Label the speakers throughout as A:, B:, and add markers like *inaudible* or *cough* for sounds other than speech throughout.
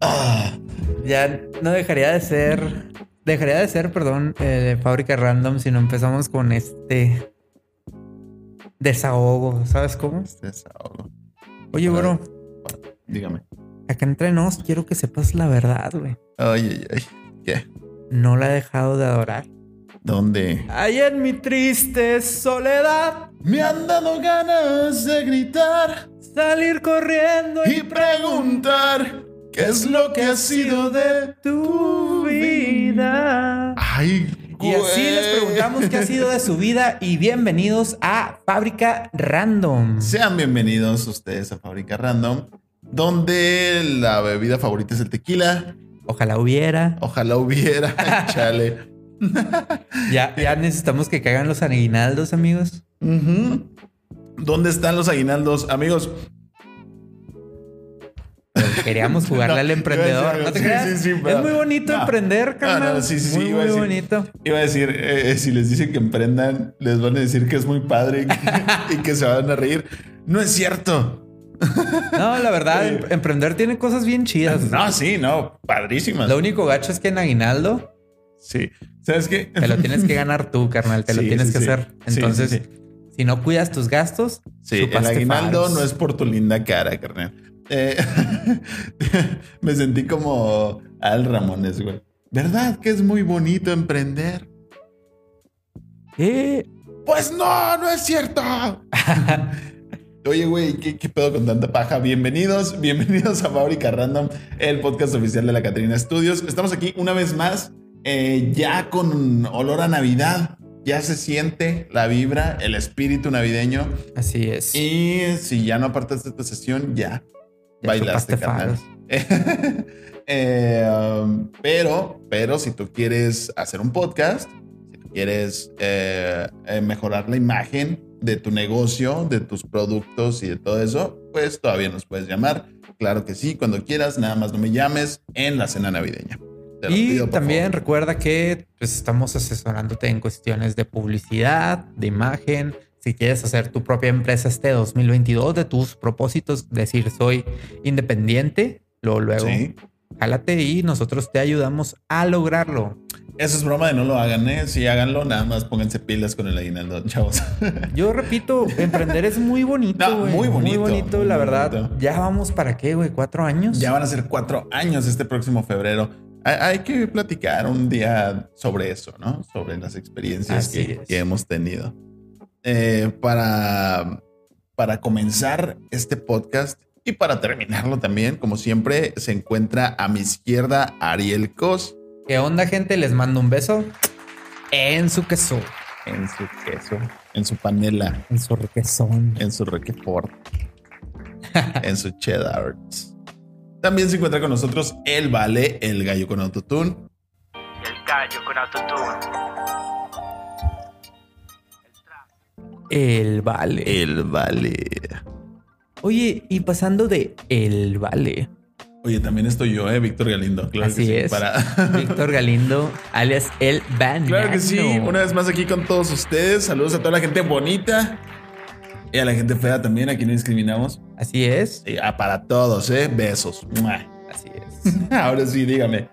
A: Ah, ya no dejaría de ser. Dejaría de ser, perdón, eh, fábrica random si no empezamos con este desahogo. ¿Sabes cómo?
B: Este desahogo.
A: Oye, bueno,
B: Dígame.
A: acá entre nos quiero que sepas la verdad, güey.
B: Ay, ay, ay. ¿Qué?
A: No la he dejado de adorar.
B: ¿Dónde?
A: Ahí en mi triste soledad,
B: Me han dado ganas de gritar
A: salir corriendo
B: y preguntar qué es lo que ha sido de
A: tu vida.
B: Ay,
A: Y así les
B: güey.
A: preguntamos
B: *laughs*
A: qué ha sido de su vida y bienvenidos a Fábrica Random.
B: Sean bienvenidos ustedes a Fábrica Random, donde la bebida favorita es el tequila.
A: Ojalá hubiera.
B: Ojalá hubiera, *laughs* chale.
A: Ya,
B: *laughs*
A: ya necesitamos que caigan los aguinaldos, amigos.
B: Ujú. ¿Dónde están los aguinaldos, amigos? *laughs*
A: Queríamos jugarle
B: No,
A: al emprendedor.
B: iba a decir algo.
A: No te
B: Sí,
A: creas.
B: sí, sí,
A: es
B: pero-
A: muy bonito
B: No.
A: emprender, carnal.
B: sí, sí, sí,
A: muy,
B: iba a
A: muy
B: decir-
A: bonito.
B: Iba a decir, eh, si les dicen que emprendan, les van a decir que es muy padre y que, y que se van a reír. No es cierto.
A: No, la verdad,
B: Sí.
A: em- emprender tiene cosas bien chidas.
B: No, sí, no, padrísimas.
A: Lo único gacho es que en aguinaldo
B: Sí. ¿Sabes qué?
A: Te lo tienes que ganar tú, carnal. Te
B: *laughs*
A: lo
B: Sí,
A: tienes
B: sí,
A: que
B: sí.
A: hacer.
B: Sí,
A: Entonces,
B: sí,
A: si no cuidas tus gastos,
B: Sí, el
A: chupaste
B: aguinaldo
A: faros.
B: no es por tu linda cara, carnal. Eh, *laughs* me sentí como Al Ramones, güey. ¿Verdad que es muy bonito emprender?
A: Eh,
B: Pues no, no es cierto. *laughs* Oye, güey, ¿qué, qué pedo con tanta paja? Bienvenidos, bienvenidos a Fábrica Random, el podcast oficial de la Catrina Studios. Estamos aquí una vez más, eh, ya con olor a Navidad. Ya se siente la vibra, el espíritu navideño.
A: Así es.
B: Y si ya no apartaste esta sesión, ya,
A: Ya
B: bailaste,
A: chupaste
B: carnal.
A: faros.
B: *laughs* Eh, um, pero, pero si tú quieres hacer un podcast, si tú quieres eh, eh, mejorar la imagen de tu negocio, de tus productos y de todo eso, pues todavía nos puedes llamar. Claro que sí, cuando quieras, nada más no me llames en la cena navideña. Te lo
A: Y
B: pido, por
A: también
B: favor.
A: recuerda que pues, estamos asesorándote en cuestiones de publicidad, de imagen. Si quieres hacer tu propia empresa este 2022, de tus propósitos, decir soy independiente, luego, luego,
B: Sí.
A: jálate y nosotros te ayudamos a lograrlo.
B: Eso es broma de no lo hagan, ¿eh? Si háganlo, nada más pónganse pilas con el aguinaldo, chavos. *laughs*
A: Yo repito, emprender es muy bonito,
B: No,
A: güey.
B: muy bonito,
A: Muy bonito,
B: muy
A: la verdad.
B: bonito.
A: Ya vamos para qué, güey, cuatro años.
B: Ya van a ser cuatro años este próximo febrero. Ha- Hay que platicar un día sobre eso, ¿no? Sobre las experiencias
A: Así
B: que,
A: es.
B: que hemos tenido. Eh, para, para comenzar este podcast y para terminarlo también, como siempre, se encuentra a mi izquierda Ariel Cos
A: ¿Qué onda, gente? Les mando un beso en su queso.
B: en su queso, en su panela,
A: En su requesón.
B: en su Roquefort, *laughs* en su cheddar. También se encuentra con nosotros el Vale, el gallo con autotune.
C: El gallo con autotune.
A: El vale.
B: El Vale.
A: Oye, y pasando de el vale,
B: Oye, también estoy yo, ¿eh? Víctor Galindo. Claro
A: Así
B: que sí.
A: es. *laughs*
B: Para...
A: Víctor Galindo, alias el Van.
B: claro que sí. Una vez más aquí con todos ustedes. Saludos a toda la gente bonita. Y a la gente fea también, aquí no discriminamos.
A: Así es,
B: Sí, ah, para todos, ¿eh? Besos. Mua. *laughs*
A: así es.
B: Ahora sí, dígame.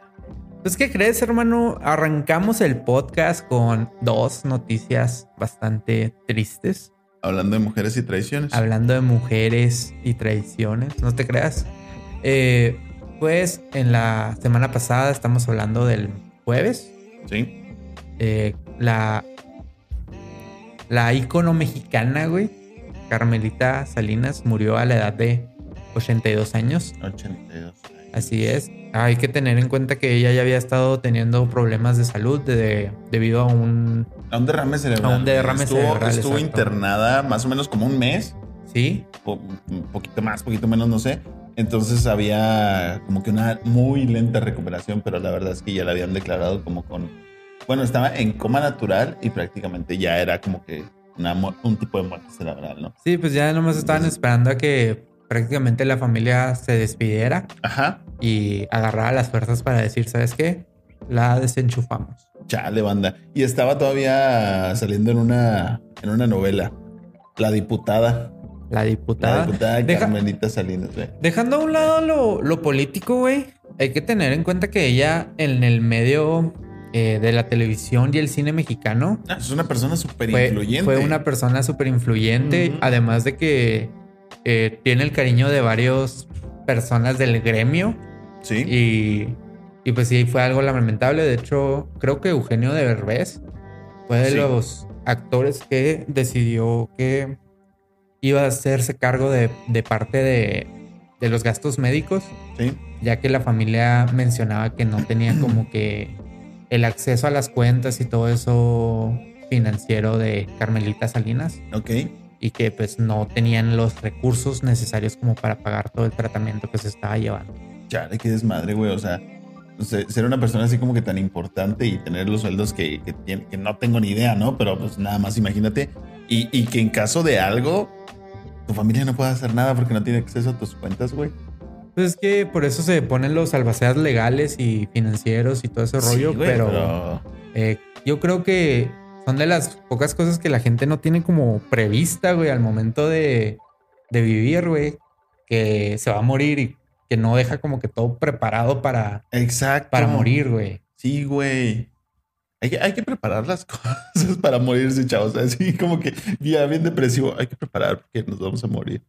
A: Pues, ¿qué crees, hermano? Arrancamos el podcast con dos noticias bastante tristes.
B: Hablando de mujeres y traiciones.
A: Hablando de mujeres y traiciones, no te creas. Eh, pues en la semana pasada estamos hablando del jueves.
B: Sí.
A: eh, la la ícono mexicana, güey, Carmelita Salinas murió a la edad de 82 años.
B: 82.
A: Así es. Hay que tener en cuenta que ella ya había estado teniendo problemas de salud de- debido a un...
B: A un derrame cerebral.
A: A un derrame
B: estuvo,
A: cerebral,
B: Estuvo
A: exacto.
B: internada más o menos como un mes.
A: ¿Sí?
B: po- un poquito más, poquito menos, no sé. Entonces había como que una muy lenta recuperación, pero la verdad es que ya la habían declarado como con... Bueno, estaba en coma natural y prácticamente ya era como que una mu- un tipo de muerte cerebral, ¿no?
A: Sí, pues ya nomás estaban esperando a que prácticamente la familia se despidiera.
B: Ajá.
A: y agarraba las fuerzas para decir, ¿sabes qué? La desenchufamos.
B: Chale, banda. Y estaba todavía saliendo en una, en una novela, La Diputada. La
A: La diputada.
B: diputada
A: Deja-
B: Carmelita Salinas, güey.
A: Dejando a un lado lo, lo político, güey, hay que tener en cuenta que ella en el medio eh, de la televisión y el cine mexicano
B: Ah, Es una persona súper
A: fue,
B: influyente.
A: fue una persona súper influyente,
B: Ujú.
A: además de que eh, tiene el cariño de varias personas del gremio
B: Sí.
A: y, y pues sí, fue algo lamentable. De hecho, creo que Eugenio de Derbez fue de
B: Sí.
A: los actores que decidió que iba a hacerse cargo de, de parte de, de los gastos médicos,
B: Sí.
A: ya que la familia mencionaba que no tenía como que el acceso a las cuentas y todo eso financiero de Carmelita Salinas
B: Ok.
A: y que pues no tenían los recursos necesarios como para pagar todo el tratamiento que se estaba llevando.
B: Chale, qué desmadre, güey. O sea, o sea, ser una persona así como que tan importante y tener los sueldos que, que, tiene- que no tengo ni idea, ¿no? Pero pues nada más imagínate. Y, y que en caso de algo, tu familia no puede hacer nada porque no tiene acceso a tus cuentas, güey.
A: Pues es que por eso se ponen los albaceas legales y financieros y todo ese rollo,
B: Sí, güey,
A: pero, eh, yo creo que son de las pocas cosas que la gente no tiene como prevista, güey, al momento de, de vivir, güey, que se va a morir y que no deja como que todo preparado para,
B: Exacto.
A: para morir, güey.
B: Sí, güey. Hay que, hay que preparar las *laughs* cosas para morirse, chavos. Así como que ya bien depresivo. Hay que preparar porque nos vamos a morir.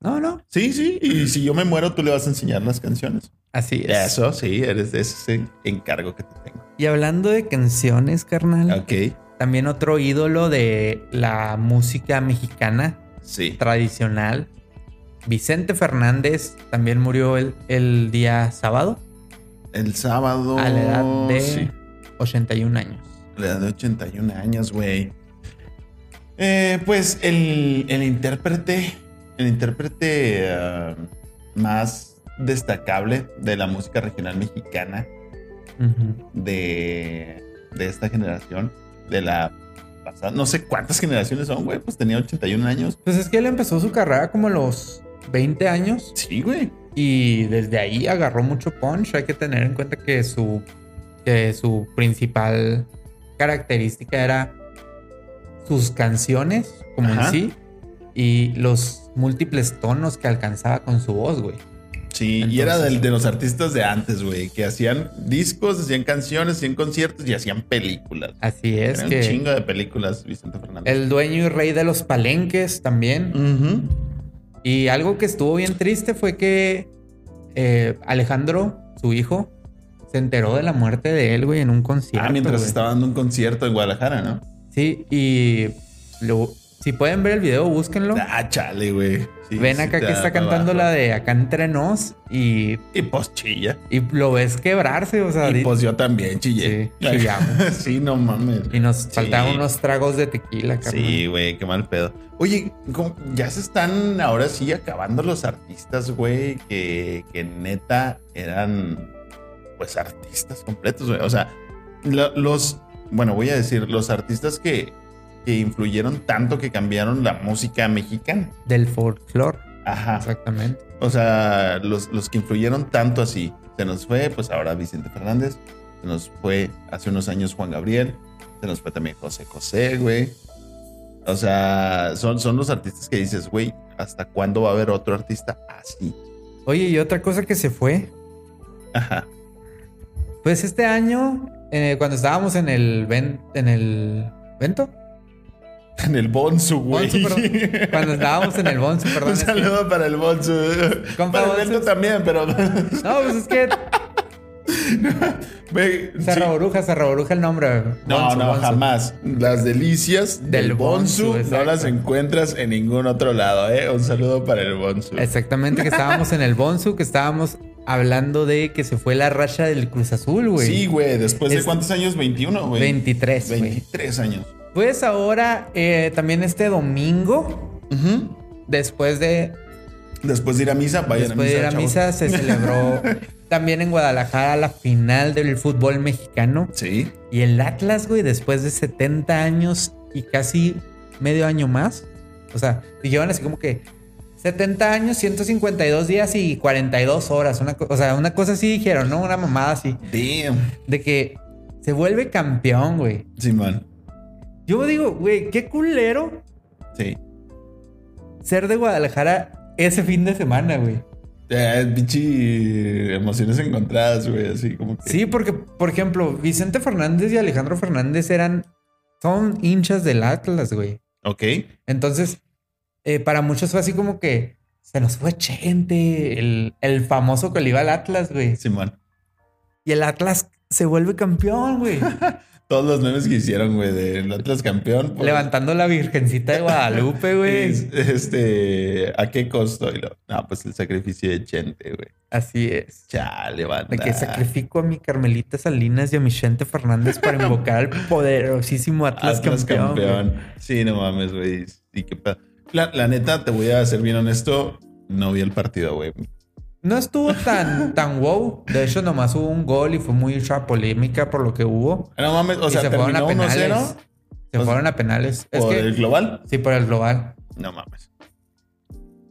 A: No, no,
B: Sí, sí. Y si yo me muero, tú le vas a enseñar las canciones.
A: así es.
B: Eso, sí, eres ese es el encargo que te tengo.
A: Y hablando de canciones, carnal,
B: Ok.
A: también otro ídolo de la música mexicana
B: Sí.
A: tradicional. Vicente Fernández también murió el, el día sábado
B: El sábado.
A: a la edad de
B: Oh, Sí.
A: 81 años.
B: a La edad de 81 años, güey. Eh, pues el, el intérprete. El intérprete ah, más destacable de la música regional mexicana.
A: Ujú.
B: de, de esta generación, de la pasada. No sé cuántas generaciones son, güey. Pues tenía 81 años.
A: Pues es que él empezó su carrera como a los 20 años
B: Sí, güey.
A: y desde ahí agarró mucho punch. Hay que tener en cuenta que su, que su principal característica era sus canciones como
B: Ajá.
A: en sí y los múltiples tonos que alcanzaba con su voz, güey.
B: Sí, y era
A: Entonces-
B: del- de los artistas de antes, güey, que hacían discos, hacían canciones, hacían conciertos y hacían películas.
A: Así es
B: Era
A: que...
B: un chingo de películas, Vicente Fernández.
A: El dueño y rey de los palenques también.
B: Ujú.
A: Y algo que estuvo bien triste fue que eh, Alejandro, su hijo, se enteró de la muerte de él, güey, en un concierto.
B: Ah, mientras
A: güey.
B: estaba dando un concierto en Guadalajara, ¿no?
A: Sí, y lo- si pueden ver el video, búsquenlo.
B: Ah, chale, güey. Sí,
A: Ven
B: sí
A: acá
B: te
A: que
B: da
A: está
B: para
A: cantando la
B: abajo.
A: de Acá entre nos y,
B: Y pues chilla.
A: y lo ves quebrarse, o sea,
B: Y
A: di-
B: pues yo también chillé.
A: Sí, chillamos.
B: *laughs* sí, no mames.
A: y nos
B: Sí.
A: faltaban unos tragos de tequila, carnal.
B: Sí, güey, qué mal pedo. Oye, ¿cómo- ya se están ahora sí acabando los artistas, güey, que, que neta eran pues artistas completos, güey. O sea, la- los, bueno, voy a decir, los artistas que, que influyeron tanto que cambiaron la música mexicana.
A: Del folclore,
B: Ajá.
A: exactamente.
B: O sea, los, los que influyeron tanto así. Se nos fue, pues ahora Vicente Fernández. Se nos fue hace unos años Juan Gabriel. Se nos fue también José José, güey. O sea, son, son los artistas que dices, güey, ¿hasta cuándo va a haber otro artista así?
A: Oye, y otra cosa que se fue,
B: Ajá. *laughs*
A: Pues este año, eh, cuando estábamos en el ven- en el evento,
B: En el Bonsu, güey. *laughs*
A: Bonsu, perdón. cuando estábamos en el Bonsu, perdón.
B: Un
A: es que-
B: saludo para el Bonsu.
A: Compa
B: Para el
A: Bonsu.
B: Beto también, pero. *laughs*
A: no, pues es que
B: Güey,
A: se
B: sí.
A: reboruja, se reboruja el nombre.
B: No,
A: Bonzo,
B: no,
A: Bonzo.
B: jamás. Las delicias del,
A: Del Bonsu,
B: Bonsu no
A: exacto.
B: las encuentras en ningún otro lado, ¿eh? Un saludo para el Bonsu.
A: Exactamente, que estábamos en el Bonsu, que estábamos hablando de que se fue la racha del Cruz Azul, güey.
B: Sí, güey. ¿Después de
A: Es-
B: cuántos años? 21, güey.
A: 23, güey.
B: 23 años.
A: Pues ahora, eh, también este domingo, después de,
B: Después de ir a misa, vayan
A: después de ir
B: a misa. chavos.
A: a misa, se
B: *laughs*
A: celebró también en Guadalajara la final del fútbol mexicano.
B: Sí.
A: Y el Atlas, güey, después de 70 años y casi medio año más. O sea, y llevan así como que 70 años, 152 días y 42 horas. Una co- o sea, una cosa así dijeron, ¿no? Una mamada así.
B: Damn.
A: De que se vuelve campeón, güey.
B: Simón.
A: Yo digo, güey, qué culero
B: Sí.
A: ser de Guadalajara ese fin de semana, güey.
B: Eh, pinche emociones encontradas, güey, así como que.
A: Sí, porque, por ejemplo, Vicente Fernández y Alejandro Fernández eran. Son hinchas del Atlas, güey.
B: Ok.
A: Entonces, eh, para muchos fue así como que se nos fue Chente, el, el famoso que le iba al Atlas, güey.
B: Simón.
A: Y el Atlas se vuelve
B: *laughs*
A: campeón, güey.
B: Todos los memes que hicieron, güey, del Atlas campeón. pues,
A: Levantando la virgencita de
B: *laughs*
A: Guadalupe, güey.
B: es- este, ¿a qué costo? Y lo- no, pues el sacrificio de Chente, güey.
A: Así es.
B: Chale,
A: De
B: banda.
A: que sacrifico a mi Carmelita Salinas y a mi Chente Fernández para invocar al poderosísimo Atlas,
B: Atlas campeón.
A: campeón. güey.
B: Sí, no mames, güey. Y qué pedo. La, la neta, te voy a ser bien honesto. No vi el partido, güey.
A: No
B: *laughs*
A: estuvo tan, tan wow. De hecho, nomás hubo un gol y fue mucha polémica por lo que hubo.
B: No mames, o
A: y
B: sea,
A: se fueron
B: terminó 1-0
A: a penales. Se
B: O sea,
A: fueron a penales. Es
B: por
A: que,
B: el global.
A: Sí, por el global.
B: No mames.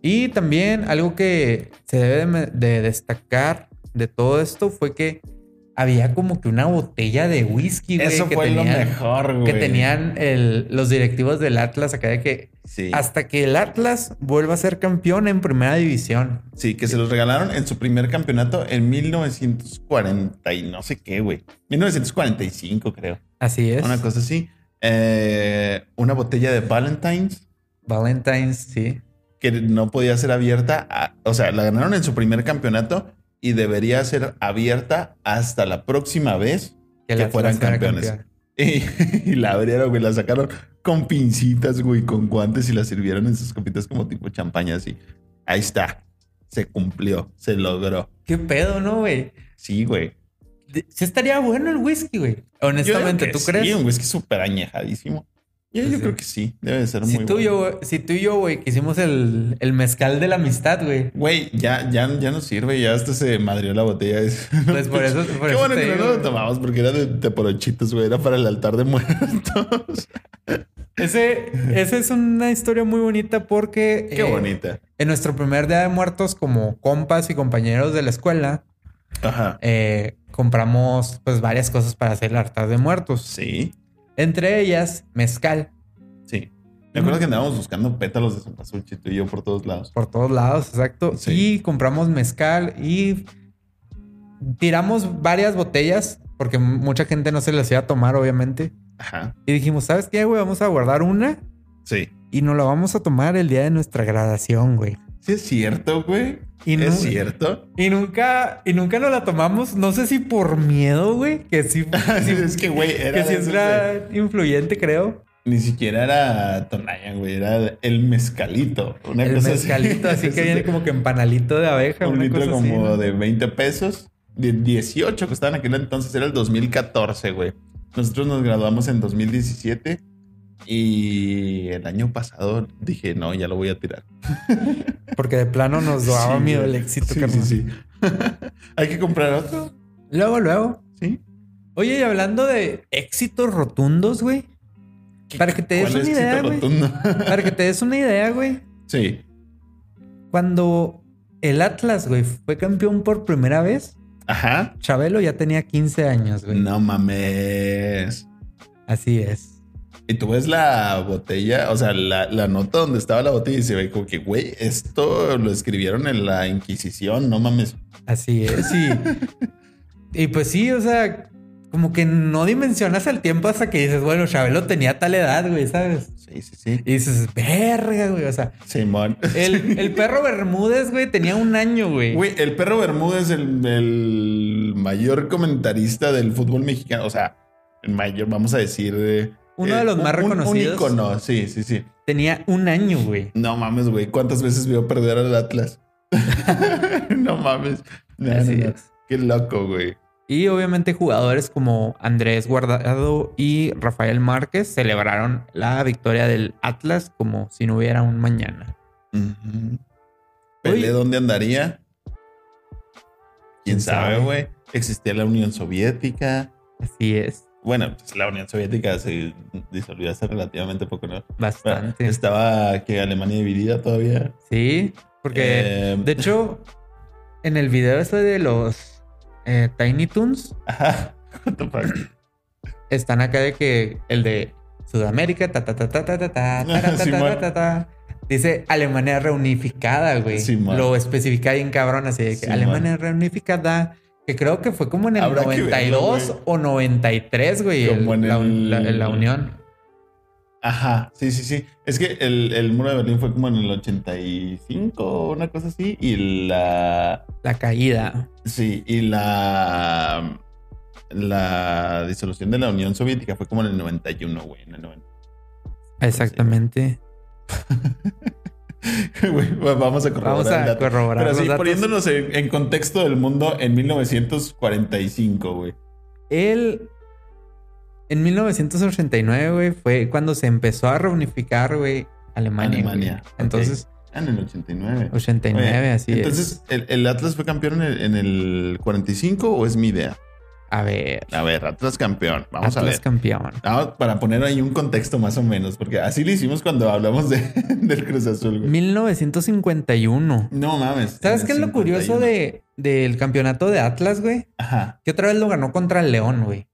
A: Y también algo que se debe de, me- de destacar de todo esto fue que había como que una botella de whisky, güey,
B: Eso
A: que
B: fue
A: tenían,
B: lo mejor, güey.
A: que tenían el- los directivos del Atlas acá de que
B: Sí.
A: hasta que el Atlas vuelva a ser campeón en primera división.
B: Sí, que se los regalaron en su primer campeonato en 1940 y no sé qué, güey. 1945, creo.
A: Así es.
B: Una cosa así. Eh, una botella de Valentine's
A: Valentine's, sí.
B: que no podía ser abierta. a- o sea, la ganaron en su primer campeonato y debería ser abierta hasta la próxima vez. *laughs*
A: el
B: Que
A: Atlas
B: fueran
A: fuera
B: campeones. Y, y la abrieron, güey. La sacaron con pincitas, güey, con guantes y la sirvieron en sus copitas como tipo champaña, así. Ahí está. Se cumplió. Se logró.
A: Qué pedo, ¿no, güey?
B: Sí, güey.
A: De- Sí estaría bueno el whisky, güey.
B: Yo digo
A: Honestamente,
B: que
A: ¿tú
B: sí,
A: crees?
B: un whisky súper añejadísimo. Yo,
A: Pues
B: yo
A: sí.
B: creo que sí, debe de ser
A: Si
B: muy
A: tú, y
B: bueno.
A: yo, güey- si tú y yo, güey, que hicimos el, el mezcal de la amistad,
B: *laughs*
A: güey.
B: Güey, ya, ya, ya no sirve, ya hasta se madrió la botella. *laughs* Es-
A: Pues por eso- por
B: Qué
A: eso
B: bueno
A: te
B: que no
A: digo,
B: lo
A: güey.
B: tomamos porque era de, de porochitos, güey, era para el altar de *laughs* muertos.
A: Ese, esa es una historia muy bonita porque
B: Qué
A: eh,
B: bonita.
A: en nuestro primer día de muertos como compas y compañeros de la escuela
B: Ajá.
A: eh, compramos pues varias cosas para hacer el altar de muertos.
B: Sí,
A: Entre ellas mezcal
B: sí. Me acuerdo que andábamos buscando pétalos de cempasúchil tú y yo por todos lados.
A: por todos lados, exacto.
B: Sí.
A: Y compramos mezcal y tiramos varias botellas porque mucha gente no se las iba a tomar obviamente.
B: Ajá.
A: Y dijimos, ¿sabes qué, güey? Vamos a guardar una
B: Sí.
A: y nos la vamos a tomar el día de nuestra graduación, güey.
B: Sí es cierto, güey.
A: Y
B: Es
A: no- *laughs*
B: cierto. *laughs*
A: Y nunca, y nunca nos la tomamos, no sé si por miedo, güey,
B: *laughs*
A: que sí, sí-
B: es que, güey, era
A: que sí
B: de
A: es
B: esos de-
A: la influyente, creo.
B: Ni siquiera era Tonaya, güey, era el mezcalito. Una
A: El
B: cosa *laughs*
A: mezcalito, así que viene como que en panalito de abeja,
B: un
A: una
B: litro
A: cosa así,
B: como
A: ¿no?
B: de 20 pesos, de 18 costaban aquel entonces, era el 2014, güey. Nosotros nos graduamos en 2017 y el año pasado dije, no, ya lo voy a tirar.
A: Porque de plano nos daba
B: Sí,
A: miedo el
B: güey.
A: éxito,
B: Sí, sí,
A: carnal.
B: sí. *laughs* Hay que comprar otro,
A: Luego, luego.
B: ¿sí?
A: Oye, y hablando de éxitos rotundos, güey. Para que te des
B: ¿Cuál
A: una
B: éxito
A: idea, güey.
B: rotundo? *laughs*
A: Para que te des una idea, güey.
B: sí,
A: Cuando el Atlas, güey, fue campeón por primera vez,
B: ajá.
A: Chabelo ya tenía 15 años, güey.
B: No mames.
A: Así es.
B: Y tú ves la botella, o sea, la, la nota donde estaba la botella y se ve como que, güey, esto lo escribieron en la Inquisición, no mames.
A: Así es. Y, *laughs* y pues sí, o sea, como que no dimensionas el tiempo hasta que dices, bueno, Chabelo tenía tal edad, güey, ¿sabes?
B: Sí, sí, sí.
A: Y dices, verga, güey. O sea,
B: Simón.
A: el, el perro Bermúdez, güey, tenía un año, güey.
B: Güey, el perro Bermúdez, el, el mayor comentarista del fútbol mexicano, o sea, el mayor, vamos a decir. eh,
A: Uno de los más
B: un- un-
A: reconocidos.
B: Un ícono, sí, sí, sí.
A: Tenía un año, güey.
B: No mames, güey, ¿cuántas veces vio perder al Atlas? *laughs* no mames. No, no,
A: Así
B: no.
A: es.
B: Qué loco, güey.
A: Y obviamente jugadores como Andrés Guardado y Rafael Márquez celebraron la victoria del Atlas como si no hubiera un mañana.
B: Ujú. Pelé,
A: Oye.
B: ¿dónde andaría? ¿Quién
A: ¿Quién
B: sabe,
A: sabe?
B: güey? Existía la Unión Soviética.
A: Así es,
B: Bueno, pues la Unión Soviética se disolvió hace relativamente poco, ¿no? Bueno,
A: bastante.
B: estaba que Alemania dividida todavía.
A: Sí, porque
B: Eh,
A: De hecho, en el video este de los eh, Tiny Toons, *laughs*
B: ajá. What the fuck? *laughs*
A: están acá de que el de Sudamérica, ta ta ta ta ta ta ta, ta, ta, ta, ta,
B: Simón.
A: ta, ta, ta. Dice Alemania reunificada, güey.
B: Sí, man.
A: Lo especifica bien cabrón, así de que
B: Sí,
A: Alemania reunificada, que creo que fue como en el
B: Habrá que verlo,
A: 92
B: güey.
A: o 93, güey, el-
B: Como en
A: la,
B: el-
A: la- la unión.
B: Ajá, sí, sí, sí. Es que el, el muro de Berlín fue como en el 85 o una cosa así. Y la.
A: La caída.
B: Sí, y la. La disolución de la Unión Soviética fue como en el 91, güey. En el 90.
A: Exactamente.
B: *laughs* Güey, vamos a corroborar
A: Vamos
B: el
A: a
B: dato.
A: corroborar
B: Pero
A: los
B: sí,
A: datos.
B: poniéndonos en, en contexto del mundo en 1945, güey.
A: Él. En 1989, güey, fue cuando se empezó a reunificar, güey, Alemania. güey.
B: Alemania, ok.
A: Entonces,
B: Ah, en el 89.
A: 89,
B: Oye,
A: así es.
B: Entonces, ¿el, el Atlas fue campeón en el, en el 45 o es mi idea?
A: A ver.
B: A ver, Atlas campeón. Vamos
A: Atlas
B: a ver.
A: campeón.
B: Ah, para poner ahí un contexto más o menos, porque así lo hicimos cuando hablamos de, *laughs* del Cruz Azul. güey.
A: 1951.
B: No mames.
A: ¿Sabes
B: en
A: qué es
B: el
A: lo curioso
B: 51.
A: de, del campeonato de Atlas, güey?
B: Ajá.
A: Que otra vez lo ganó contra el León, güey.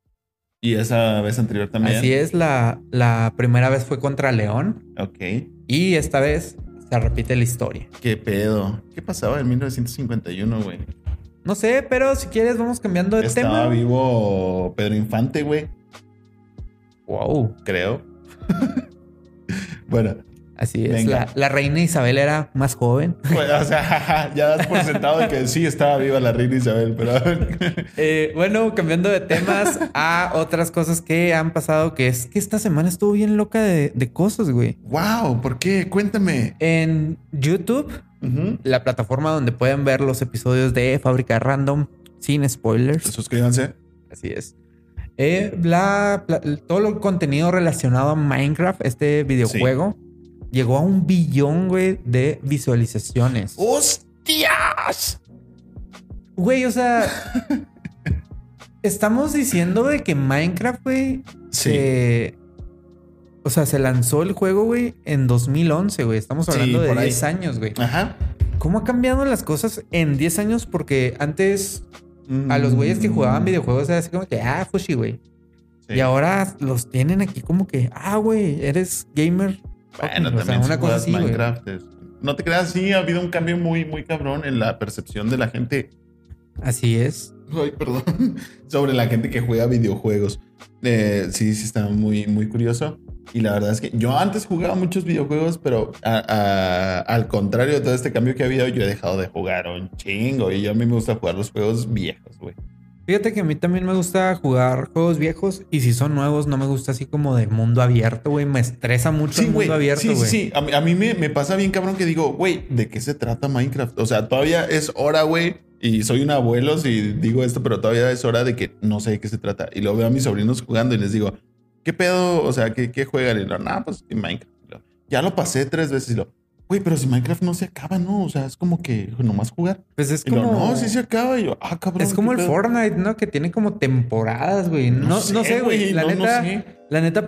B: Y esa vez anterior también.
A: Así es, la, la primera vez fue contra León
B: Ok.
A: y esta vez se repite la historia.
B: ¿Qué pedo? ¿Qué pasaba en 1951, güey?
A: No sé, pero si quieres vamos cambiando de
B: Estaba
A: Pues, tema.
B: vivo Pedro Infante, güey.
A: Wow.
B: Creo. *laughs* bueno,
A: Así es.
B: Venga.
A: La, la reina Isabel era más joven.
B: Bueno, o sea, *laughs* jaja, ya das por sentado de que sí estaba viva la reina Isabel, pero *laughs*
A: Eh, bueno, cambiando de *laughs* temas a otras cosas que han pasado, que es que esta semana estuvo bien loca de, de cosas, güey.
B: wow, ¿por qué? Cuéntame.
A: En YouTube, la plataforma donde pueden ver los episodios de Fábrica Random sin spoilers.
B: Suscríbanse.
A: Así es. Eh, la pla- todo el contenido relacionado a Minecraft, este videojuego, llegó a un billón, güey, de visualizaciones.
B: ¡Hostias!
A: Güey, o sea,
B: *laughs*
A: estamos diciendo de que Minecraft, güey,
B: Sí,
A: se- o sea, se lanzó el juego, güey, en 2011, güey. Estamos
B: Sí,
A: hablando de
B: por ahí. Ah.
A: 10 años, güey.
B: ajá.
A: ¿Cómo ha cambiado las cosas en 10 años? Porque antes a los güeyes que jugaban videojuegos era así como que, ah, fushi, güey.
B: Mm. Sí.
A: Y ahora los tienen aquí como que, ah, güey, eres gamer.
B: Bueno,
A: O sea,
B: también si
A: una cosa
B: juegas
A: así, güey.
B: Minecraft. es- No te creas, sí, ha habido un cambio muy, muy cabrón en la percepción de la gente. *laughs*
A: Así es.
B: Ay, perdón. *laughs* Sobre la gente que juega videojuegos. Eh, sí, sí, está muy, muy curioso. Y la verdad es que yo antes jugaba muchos videojuegos, pero a- a- al contrario de todo este cambio que ha habido, yo he dejado de jugar un chingo. Y yo a mí me gusta jugar los juegos viejos, güey.
A: Fíjate que a mí también me gusta jugar juegos viejos y si son nuevos no me gusta así como de mundo abierto, güey. Me estresa mucho el mundo
B: güey.
A: abierto,
B: sí,
A: güey.
B: sí, sí. A mí, a mí me, me pasa bien cabrón que digo, güey, ¿de qué se trata Minecraft? O sea, todavía es hora, güey. Y soy un abuelo si digo esto, pero todavía es hora de que no sé de qué se trata. Y lo veo a mis sobrinos jugando y les digo, ¿qué pedo? O sea, ¿qué, qué juegan? Y lo, nah, pues que Minecraft. Y lo, ya lo pasé tres veces y lo, güey, pero si Minecraft no se acaba, ¿no? O sea, es como que nomás jugar.
A: Pues es
B: Y lo,
A: como...
B: no, sí se acaba. Y yo, ah, cabrón.
A: Es como
B: ¿qué
A: el
B: pedo?".
A: Fortnite, ¿no? Que tiene como temporadas, güey. No, no sé, güey. La
B: no- no
A: neta,
B: sé.
A: la neta,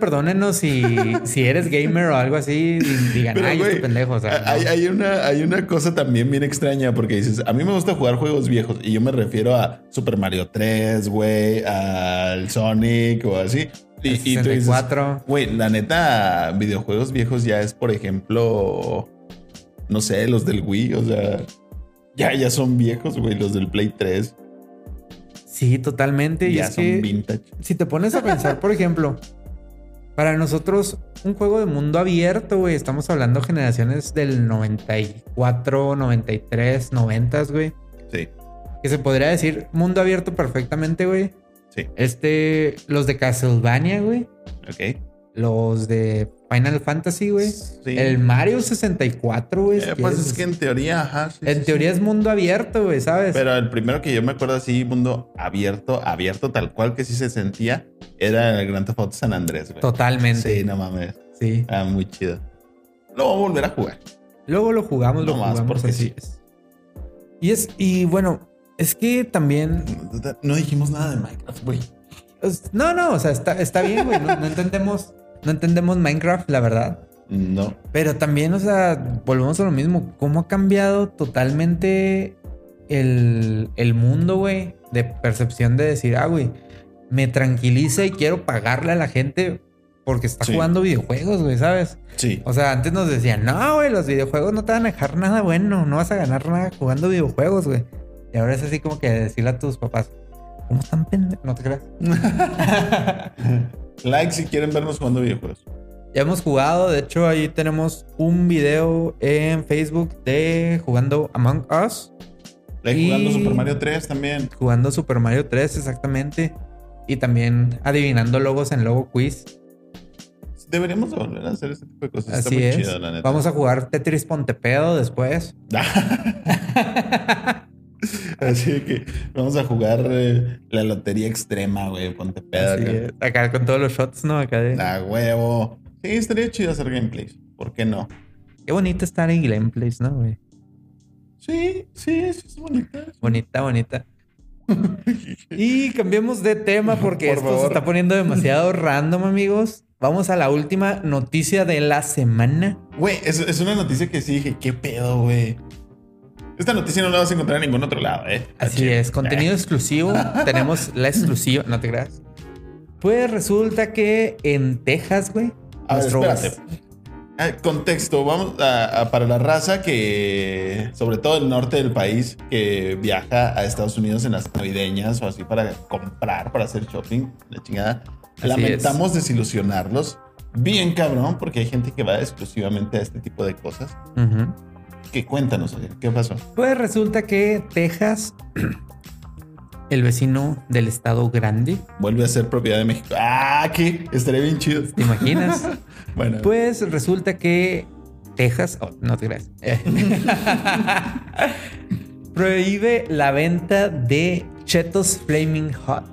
B: *laughs*
A: perdónenos si, si eres gamer o algo así. y Digan,
B: Pero,
A: ay, este
B: güey,
A: pendejo. O sea, no.
B: Hay, hay una, hay una cosa también bien extraña porque dices, a mí me gusta jugar juegos viejos y yo me refiero a Super Mario 3, güey, al Sonic o así. Y,
A: El
B: y tú dices,
A: 64.
B: güey, la neta, videojuegos viejos ya es, por ejemplo, no sé, los del Wii, o sea, ya, ya son viejos, güey, los del Play 3,
A: Sí, totalmente. Y
B: ya
A: es
B: son
A: que...
B: vintage.
A: si te pones a pensar, por ejemplo, para nosotros un juego de mundo abierto, güey, estamos hablando generaciones del 94, 93, 90, güey,
B: Sí,
A: que se podría decir mundo abierto perfectamente, güey.
B: Sí.
A: Este, los de Castlevania, güey,
B: ok.
A: los de Final Fantasy, güey,
B: Sí.
A: el Mario 64, güey. si
B: Eh, pues
A: quieres,
B: es que en teoría, ajá. sí, sí,
A: en
B: sí.
A: teoría es mundo abierto, güey, ¿sabes?
B: Pero el primero que yo me acuerdo así, mundo abierto, abierto tal cual que sí se sentía, era el Gran Theft Auto San Andrés, güey.
A: Totalmente.
B: Sí, no mames.
A: sí.
B: Ah, muy chido. Lo vamos a volver a jugar.
A: Luego lo jugamos, lo
B: Nomás
A: jugamos
B: porque
A: así.
B: sí.
A: es. Y es, y bueno, es que también.
B: No dijimos nada de Minecraft, güey.
A: es- No, no, o sea, está, está bien, güey. No, no entendemos, no entendemos Minecraft, la verdad.
B: No.
A: Pero también, o sea, volvemos a lo mismo. ¿Cómo ha cambiado totalmente el, el mundo, güey? De percepción de decir, ah, güey, me tranquiliza y quiero pagarle a la gente porque está
B: Sí.
A: jugando videojuegos, güey, ¿sabes?
B: Sí.
A: *laughs* O sea, antes nos decían, no, güey, los videojuegos no te van a dejar nada bueno, no vas a ganar nada jugando videojuegos, güey. Y ahora es así como que decirle a tus papás, ¿cómo están pendejos? No te creas.
B: Like si quieren vernos jugando videojuegos.
A: Ya hemos jugado, de hecho ahí tenemos un video en Facebook de jugando Among Us,
B: Like
A: Y-
B: jugando Super Mario 3 también.
A: jugando Super Mario 3 exactamente, y también adivinando logos en Logo Quiz.
B: Deberíamos de volver a hacer ese tipo de cosas. Está
A: Así
B: muy
A: es.
B: chido, la neta.
A: Vamos a jugar Tetris Pontepedo después.
B: *laughs* Así de que vamos a jugar eh, la lotería extrema, güey. Ponte pedo.
A: *laughs* Así
B: güey.
A: es. Acá con todos los shots, ¿no? Acá de...
B: A huevo. Sí, estaría chido hacer gameplays. ¿Por qué no?
A: Qué bonito estar en gameplays, ¿no, güey?
B: Sí, sí, sí, es bonita.
A: Bonita, bonita. *laughs* Y cambiemos de tema porque
B: Por
A: esto se
B: favor.
A: está poniendo demasiado *laughs* random, amigos. Vamos a la última noticia de la semana.
B: Güey, es, es una noticia que sí dije, qué pedo, güey. Esta noticia no la vas a encontrar en ningún otro lado, ¿eh? Está
A: Así
B: chido.
A: es,
B: *laughs*
A: contenido exclusivo. Tenemos la exclusiva, no te creas. Pues resulta que en Texas, güey,
B: A ver,
A: nuestro-
B: espérate. Ah, Contexto, vamos a, a- para la raza que, sobre todo el norte del país, que viaja a Estados Unidos en las navideñas o así para comprar, para hacer shopping, la chingada.
A: Así
B: Lamentamos desilusionarlos. Bien cabrón, porque hay gente que va exclusivamente a este tipo de cosas.
A: Ujú.
B: Que cuéntanos, oye, ¿qué pasó?
A: Pues resulta que Texas, *clears throat* el vecino del estado grande,
B: Vuelve a ser propiedad de México. Ah, que estaría bien chido. *laughs*
A: ¿te imaginas?
B: Bueno,
A: Pues resulta que Texas, oh, no
B: *laughs*
A: te creas, Eh. prohíbe la venta de Chetos Flaming Hot.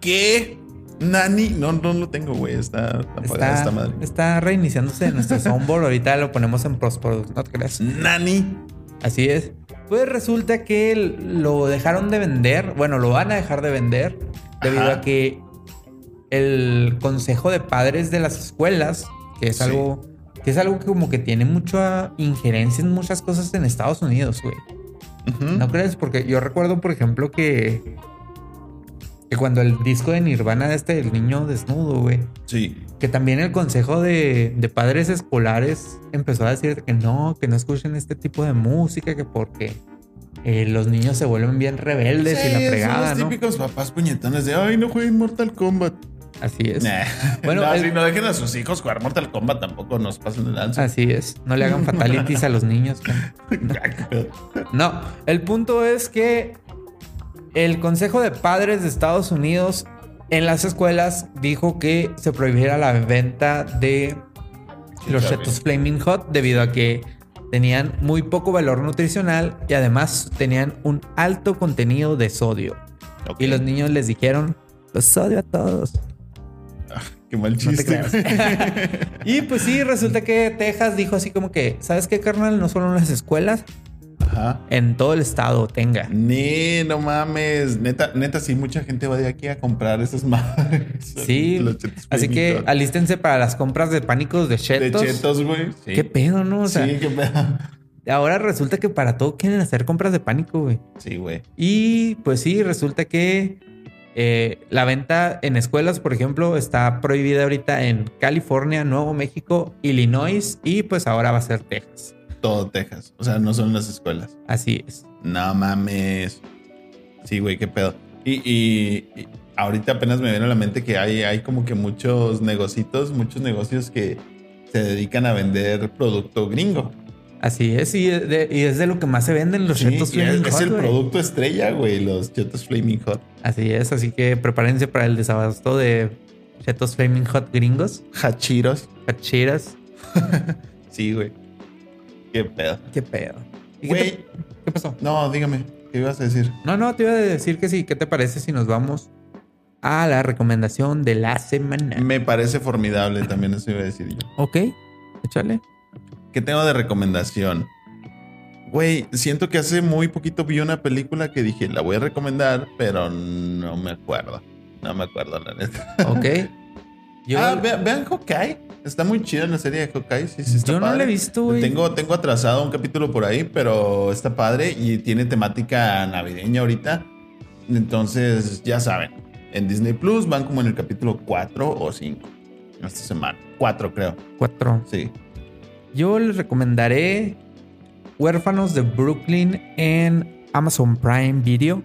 B: ¿qué? Nani, no, no lo tengo, güey. Está, está, apagada esta
A: Está,
B: madre.
A: está reiniciándose nuestro soundboard. Ahorita lo ponemos en Prosproduct, no te creas.
B: Nani.
A: Así es. Pues resulta que l- lo dejaron de vender. Bueno, lo van a dejar de vender debido
B: Ajá.
A: a que el consejo de padres de las escuelas, que es
B: Sí.
A: algo que es algo que como que tiene mucha injerencia en muchas cosas en Estados Unidos, güey.
B: Ujú.
A: ¿No crees? Porque yo recuerdo, por ejemplo, que que cuando el disco de Nirvana de este del niño desnudo, güey,
B: Sí.
A: que también el consejo de, de padres escolares empezó a decir que no, que no escuchen este tipo de música, que porque eh, los niños se vuelven bien rebeldes y la fregada,
B: son
A: ¿no?
B: los típicos papás puñetones de ay, no jueguen Mortal Kombat.
A: Así es.
B: Nah.
A: *laughs* Bueno,
B: no,
A: el-
B: sí, no dejen a sus hijos jugar Mortal Kombat, tampoco nos pasen de lanza.
A: Así es. No le hagan fatalities a los niños. Ah.
B: *laughs*
A: No, el punto es que el Consejo de Padres de Estados Unidos en las escuelas dijo que se prohibiera la venta de los
B: claro.
A: chetos Flaming Hot debido a que tenían muy poco valor nutricional y además tenían un alto contenido de sodio.
B: Ok,
A: *laughs* Y los niños les dijeron, los sodio a todos.
B: Qué mal
A: No te
B: chiste.
A: creas. *laughs*
B: güey.
A: y pues sí, resulta que Texas dijo así como que, ¿sabes qué, carnal? No solo en las escuelas,
B: Ajá.
A: en todo el estado tenga.
B: Ni, no mames. Neta, neta, sí, mucha gente va de aquí a comprar esas *laughs* madres.
A: Sí.
B: Los chetos
A: Así que
B: plenitos.
A: alístense para las compras de pánicos de
B: de
A: chetos.
B: chetos, güey. Sí.
A: ¿Qué pedo, no? O sea,
B: sí, qué pedo.
A: ahora resulta que para todo quieren hacer compras de pánico, güey.
B: Sí, güey.
A: Y pues sí, resulta que eh, la venta en escuelas, por ejemplo, está prohibida ahorita en California, Nuevo México, Illinois y pues ahora va a ser Texas.
B: Todo Texas. O sea, no son las escuelas.
A: Así es.
B: No mames. Sí, güey, qué pedo. Y, y- y ahorita apenas me viene a la mente que hay, hay como que muchos negocitos, muchos negocios que se dedican a vender producto gringo.
A: Así es. Y, de- y es de lo que más se venden los
B: Sí,
A: chetos
B: y es,
A: Flaming
B: es
A: Hot,
B: el
A: güey.
B: producto estrella, güey, los chetos Flaming Hot.
A: Así es. Así que prepárense para el desabasto de chetos Flaming Hot gringos,
B: Hachiros.
A: cachiras.
B: Sí, güey. Qué pedo.
A: Qué pedo. ¿Y qué te-
B: Güey,
A: ¿Qué pasó?
B: no, dígame, ¿qué ibas a decir?
A: No, no, te iba a decir que sí. ¿Qué te parece si nos vamos a la recomendación de la semana?
B: Me parece formidable también, eso iba a decir yo.
A: Ok, échale.
B: ¿Qué tengo de recomendación? Güey, siento que hace muy poquito vi una película que dije, la voy a recomendar, pero no me acuerdo. No me acuerdo, la neta. *laughs*
A: Ok. Yo,
B: ah, ve- vean Hawkeye. Está muy chida la serie de Hawkeye. Sí, sí, está
A: yo no la he
B: padre.
A: visto, güey.
B: Tengo, tengo atrasado un capítulo por ahí, pero está padre y tiene temática navideña ahorita. Entonces, ya saben, en Disney Plus van como en el capítulo 4 o 5. esta semana. Cuatro, creo.
A: Cuatro.
B: Sí.
A: Yo les recomendaré Huérfanos de Brooklyn en Amazon Prime Video.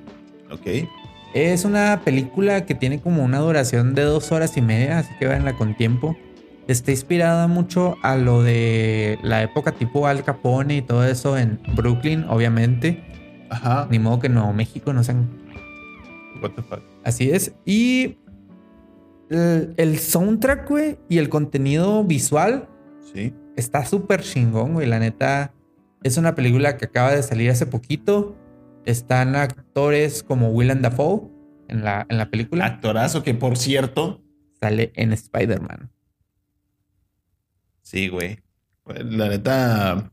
B: Ok.
A: Es una película que tiene como una duración de dos horas y media, así que váyanla con tiempo. Está inspirada mucho a lo de la época tipo Al Capone y todo eso en Brooklyn, obviamente.
B: Ajá.
A: Ni modo que no, México no sean
B: What the fuck.
A: Así es. Y el, el soundtrack, güey, y el contenido visual
B: Sí.
A: está súper chingón, güey. La neta, es una película que acaba de salir hace poquito. Están actores como Willem Dafoe en la, en la película.
B: Ah, Actorazo que, por cierto.
A: Sale en Spider-Man.
B: Sí, güey. Pues, La neta,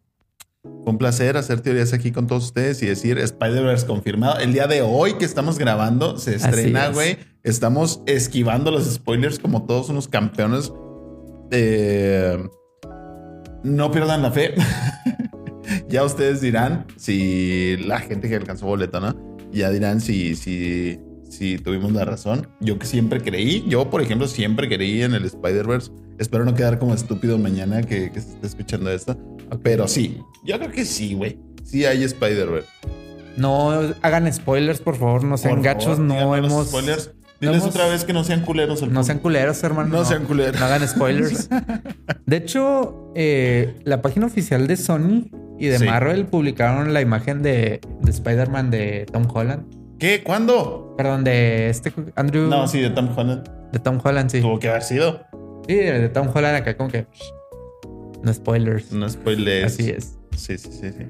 B: fue un placer hacer teorías aquí con todos ustedes y decir Spider-Verse confirmado. El día de hoy que estamos grabando se estrena,
A: es.
B: güey. Estamos esquivando los spoilers como todos unos campeones. Eh, no pierdan la fe. *laughs* ya ustedes dirán si la gente que alcanzó boleta, ¿no? Ya dirán si, si, si tuvimos la razón. Yo que siempre creí, yo por ejemplo siempre creí en el Spider-Verse. Espero no quedar como estúpido mañana que, que se esté escuchando esto. Pero sí, yo creo que sí, güey. Sí hay Spider-Verse.
A: No hagan spoilers, por favor. No sean
B: Por
A: gachos.
B: favor,
A: no
B: díganos
A: hemos.
B: Spoilers. Diles
A: hemos-
B: otra vez que no sean culeros. al
A: No
B: público.
A: sean culeros, hermano.
B: No sean culeros.
A: No hagan
B: *laughs*
A: spoilers. De hecho, eh, la página oficial de Sony y de
B: Sí.
A: Marvel publicaron la imagen de, de Spider-Man de Tom Holland.
B: ¿Qué? ¿Cuándo?
A: Perdón, de este Andrew.
B: No, sí, de Tom Holland.
A: De Tom Holland, sí.
B: Tuvo que haber sido.
A: Sí, de Tom Holland acá, como que. "Shh, No spoilers.
B: No spoilers.
A: Así es.
B: Sí, sí, sí, sí.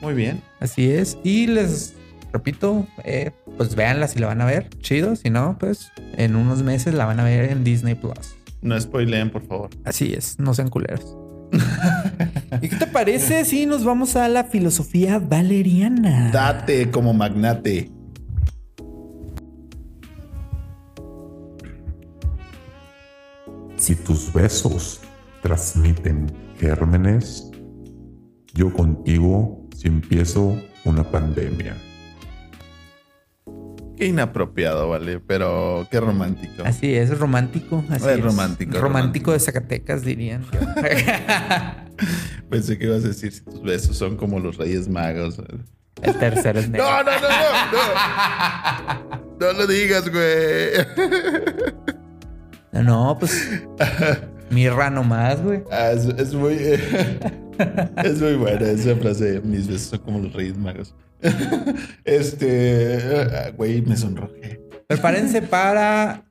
B: Muy bien.
A: Así es. Y les repito, eh, pues véanla si la van a ver. Chido. Si no, pues en unos meses la van a ver en Disney Plus.
B: No spoileen, por favor.
A: Así es, no sean culeros. *laughs* ¿Y qué te parece si nos vamos a la filosofía valeriana?
B: Date como magnate.
D: Si tus besos transmiten gérmenes, yo contigo si empiezo una pandemia.
B: Qué inapropiado, vale, pero qué romántico.
A: Mm. Así es, romántico. Así
B: Es romántico,
A: Romántico,
B: romántico.
A: de Zacatecas, dirían. *laughs*
B: Pensé que ibas a decir si tus besos son como los Reyes Magos. No,
A: El tercero es
B: *laughs*
A: negro.
B: no, no, no. No, no lo digas, güey.
A: *laughs* No, no, pues. Mirra nomás, güey.
B: Ah, es, es muy. *laughs* es muy buena esa frase. Mis besos son como los Reyes Magos. *laughs* este. ah, Güey, me sonrojé.
A: Prepárense para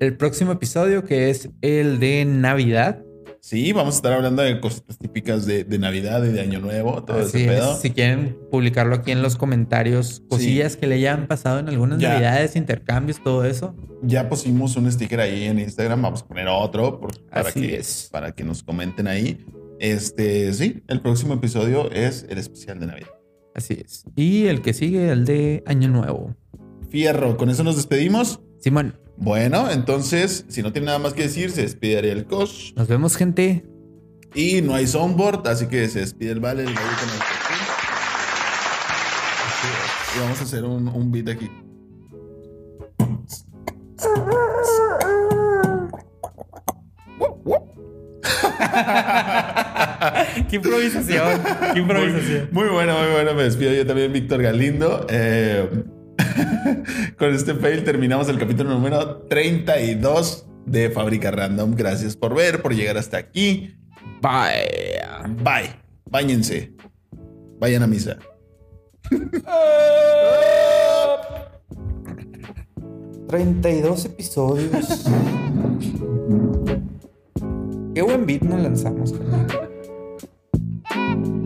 A: el próximo episodio que es el de Navidad.
B: Sí, vamos a estar hablando de cositas típicas de, de Navidad y de Año Nuevo, todo
A: Así
B: ese
A: es,
B: pedo.
A: Si quieren publicarlo aquí en los comentarios, cosillas que le hayan pasado en algunas
B: Ya.
A: navidades, intercambios, todo eso.
B: Ya pusimos un sticker ahí en Instagram, vamos a poner otro por- para,
A: Así
B: que,
A: es.
B: para que nos comenten ahí. Este, sí, el próximo episodio es el especial de Navidad.
A: Así es. Y el que sigue, el de Año Nuevo.
B: Fierro, con eso nos despedimos.
A: Simón,
B: Bueno, entonces, si no tiene nada más que decir, se despide Ariel Koch.
A: nos vemos, gente.
B: Y no hay soundboard, así que se despide el vale, el gallo con el cojín. Así es. Y vamos a hacer un, un beat aquí.
A: qué improvisación. Qué improvisación.
B: Muy bueno, muy bueno. Me despido yo también, Víctor Galindo. Eh, *laughs* con este fail terminamos el capítulo número 32 de Fábrica Random. Gracias por ver, por llegar hasta aquí.
A: Bye.
B: Bye. Báñense. Vayan a misa.
A: Qué buen beat nos lanzamos. carnal.